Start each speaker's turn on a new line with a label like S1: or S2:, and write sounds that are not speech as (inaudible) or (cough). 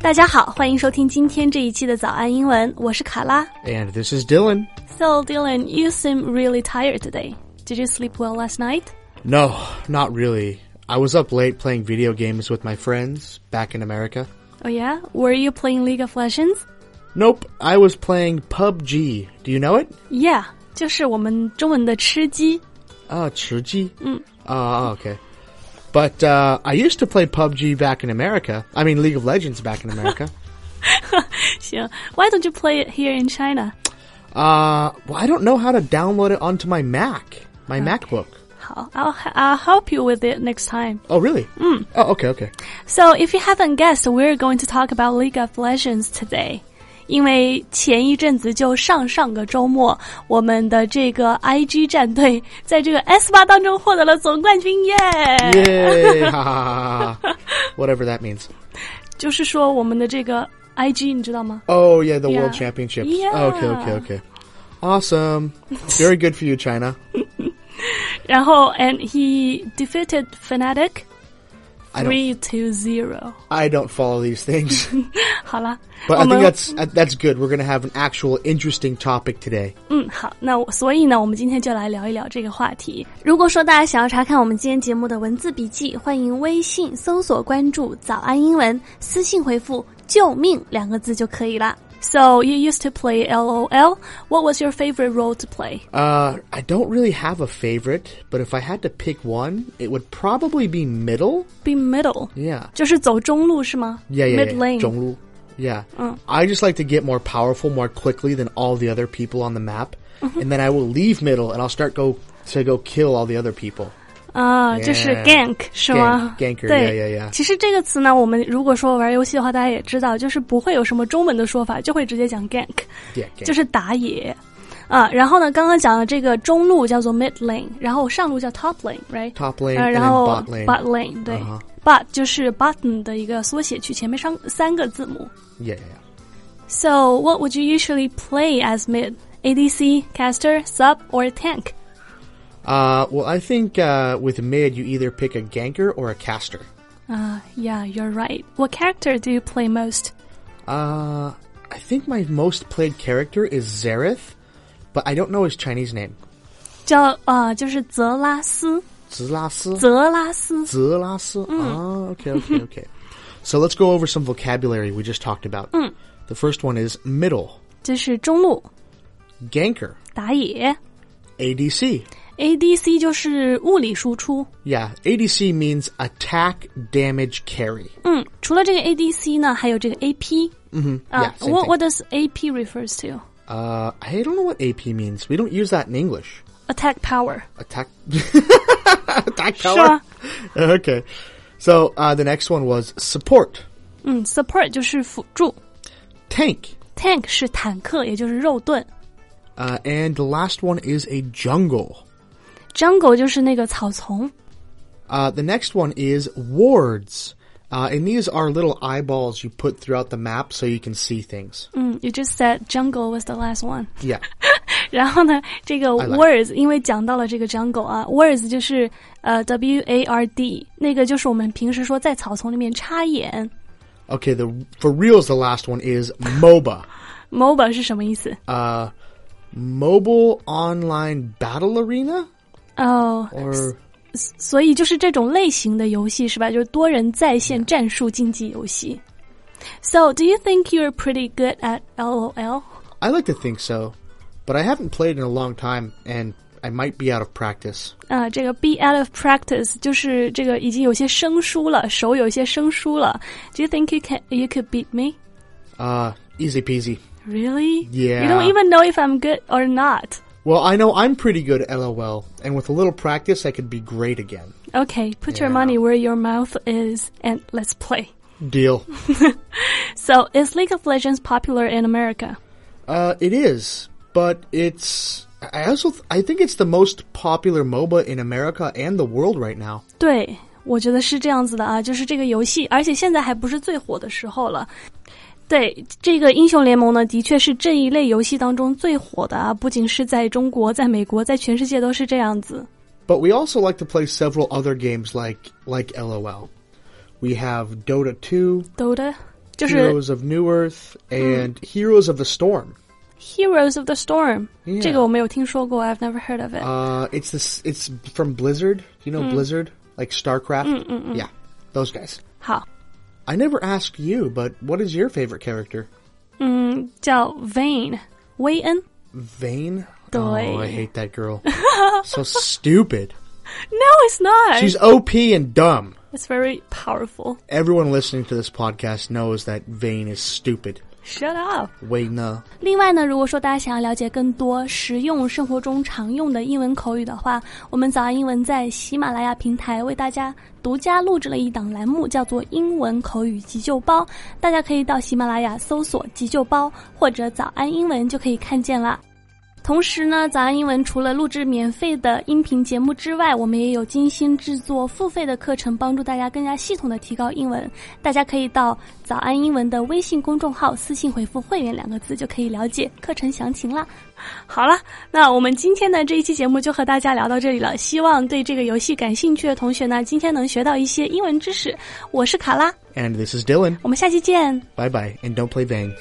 S1: 大家好，欢迎收听今天这一期的早安英文，我是卡拉。
S2: And this is Dylan.
S1: So Dylan, you seem really tired today. Did you sleep well last night?
S2: No, not really. I was up late playing video games with my friends back in America.
S1: Oh yeah, were you playing League of Legends?
S2: Nope, I was playing PUBG. Do you know it?
S1: Yeah，就是我们中文的吃 (laughs) 鸡。
S2: Ah, uh, Ah, okay. But uh, I used to play PUBG back in America. I mean, League of Legends back in (laughs) America.
S1: 行，Why don't you play it here in China？
S2: Uh, well, I don't know how to download it onto my Mac, my MacBook.
S1: 好，I'll I'll help you with it next time.
S2: Oh, really? Oh, okay, (laughs) okay.
S1: So, if you haven't guessed, we're going to talk about League of Legends today. 因为前一阵子就上上个周末，我们的这个 IG 战队在这个 S 八当中获得了总冠军，耶、
S2: Yay! Ha, ha, ha, ha. Whatever that means.
S1: 就是说我们的这个 IG，你知道吗？
S2: Oh, yeah, the World
S1: Yeah.
S2: Championships.
S1: Yeah.
S2: Oh, Okay, okay, okay. Awesome. Very good for you, China.
S1: 然后，and he defeated Fnatic
S2: I don't,
S1: three to zero。
S2: I don't follow
S1: (laughs)
S2: these things,
S1: 好啦，
S2: but
S1: 我
S2: I
S1: 们
S2: think that's uh, that's good. We're gonna have an actual interesting topic today.
S1: 嗯，好，那我所以呢，我们今天就来聊一聊这个话题。如果说大家想要查看我们今天节目的文字笔记，欢迎微信搜索关注“早安英文”，私信回复“救命”两个字就可以啦。So you used to play LOL. What was your favorite role to play?
S2: Uh, I don't really have a favorite, but if I had to pick one, it would probably be middle.
S1: Be middle，
S2: Yeah.
S1: 就是走中路是吗
S2: Yeah, yeah,
S1: Mid
S2: yeah.
S1: lane.
S2: Zhonglu. Yeah.
S1: Oh.
S2: I just like to get more powerful more quickly than all the other people on the map,
S1: Uh-huh.
S2: and then I will leave middle and I'll start go to go kill all the other people.
S1: 啊，就是
S2: Yeah.
S1: gank 是吗
S2: Gank- ganker，
S1: 对
S2: yeah, yeah, yeah
S1: 其实这个词呢，我们如果说玩游戏的话，大家也知道，就是不会有什么中文的说法，就会直接讲 gank。
S2: Yeah. gank.
S1: 就是打野。啊，然后呢，刚刚讲的这个中路叫做 mid lane，然后上路叫 top lane，right？
S2: Top lane，
S1: 呃
S2: and
S1: 然后
S2: then bot lane
S1: lane，对、
S2: Uh-huh
S1: bot 就是 button 的一个缩写，去前面上三个字母。
S2: yeah, yeah.
S1: So what would you usually play as mid? ADC, caster, sub, or tank?
S2: Uh, well, I think uh, with mid you either pick a ganker or a caster.
S1: 啊、y e a h you're right. What character do you play most?
S2: Uh, I think my most played character is Zareth, but I don't know his Chinese name.
S1: 叫啊、就是泽拉斯，
S2: Zelasu.
S1: 泽拉斯。
S2: Zelasu. Ah, okay, okay, okay. so let's go over some vocabulary we just talked about. The first one is middle,
S1: 这是中路
S2: ganker,
S1: 打野
S2: ADC.
S1: ，ADC 就是物理输出。
S2: Yeah, ADC means attack, damage, carry.
S1: 嗯，除了这个 ADC 呢，还有这个 AP。嗯哼，啊
S2: yeah，same
S1: ，What
S2: thing
S1: What does AP refers to?
S2: Uh, I don't know what AP means. We don't use that in English.
S1: Attack power
S2: attack (laughs) attack
S1: 是
S2: power.
S1: 吧？
S2: (laughs) Okay, so uh, the next one was support
S1: 嗯，support 就是辅助
S2: tank,
S1: ，tank 是坦克，也就是肉盾
S2: uh, and the last one is a jungle.
S1: ，jungle 就是那个草丛。
S2: Uh, the next one is wards, uh, and these are little eyeballs you put throughout the map so you can see things.
S1: 嗯，You just said jungle was the last one。 (laughs)
S2: Yeah,
S1: 然后呢，这个
S2: I like
S1: words 因为讲到了这个 jungle 啊，words 就是呃 w a r d，那个就是我们平时说在草丛里面插眼。
S2: okay. The for reals, the last one is MOBA,
S1: MOBA 是什么意思？
S2: uh, mobile online battle arena,
S1: 哦、
S2: or
S1: 所以就是这种类型的游戏是吧？就是多人在线战术竞技游戏。So, do you think you're pretty good at LOL?
S2: I like to think so, but I haven't played in a long time, and I might be out of practice.
S1: 啊、这个 be out of practice 就是这个已经有些生疏了，手有些生疏了。Do you think you can you could beat me?
S2: Uh, easy peasy.
S1: Really?
S2: Yeah.
S1: You don't even know if I'm good or not.
S2: Well, I know I'm pretty good at LOL, and with a little practice, I could be great again.
S1: Okay, put your
S2: Yeah.
S1: money where your mouth is and let's play.
S2: Deal.
S1: So, is League of Legends popular in America?
S2: uh, it is, but it's. I also th- I think it's the most popular MOBA in America and the world right now.
S1: 对，我觉得是这样子的啊，就是这个游戏，而且现在还不是最火的时候了。对，这个英雄联盟呢，的确是这一类游戏当中最火的啊，不仅是在中国，在美国，在全世界都是这样子。
S2: But we also like to play several other games like like LOL. We have Dota 2,
S1: Dota 就是
S2: Heroes of New Earth, and Heroes of the Storm.
S1: Heroes of the Storm，、
S2: Yeah
S1: 这个我没有听说过，I've never heard of it。
S2: Uh, it's this. It's from Blizzard. You know Blizzard, like StarCraft. Yeah, those guys.
S1: 好，
S2: I never asked you, but what is your favorite character?
S1: 嗯，叫 Vane，薇恩。
S2: Vane.
S1: Doi.
S2: Oh, I hate that girl. so stupid.
S1: No, it's not.
S2: She's OP and dumb.
S1: It's very powerful.
S2: Everyone listening to this podcast knows that Vane is stupid.
S1: Shut up.
S2: Wayne. uh,
S1: 另外呢，如果说大家想要了解更多实用生活中常用的英文口语的话，我们早安英文在喜马拉雅平台为大家独家录制了一档栏目，叫做《英文口语急救包》，大家可以到喜马拉雅搜索“急救包”或者“早安英文”就可以看见啦。同时呢，早安英文除了录制免费的音频节目之外，我们也有精心制作付费的课程，帮助大家更加系统的提高英文。大家可以到早安英文的微信公众号私信回复“会员”两个字，就可以了解课程详情啦。好了，那我们今天的这一期节目就和大家聊到这里了。希望对这个游戏感兴趣的同学呢，今天能学到一些英文知识。我是卡拉，
S2: And this is Dylan.
S1: 我们下期见。
S2: Bye bye, and don't play Vane.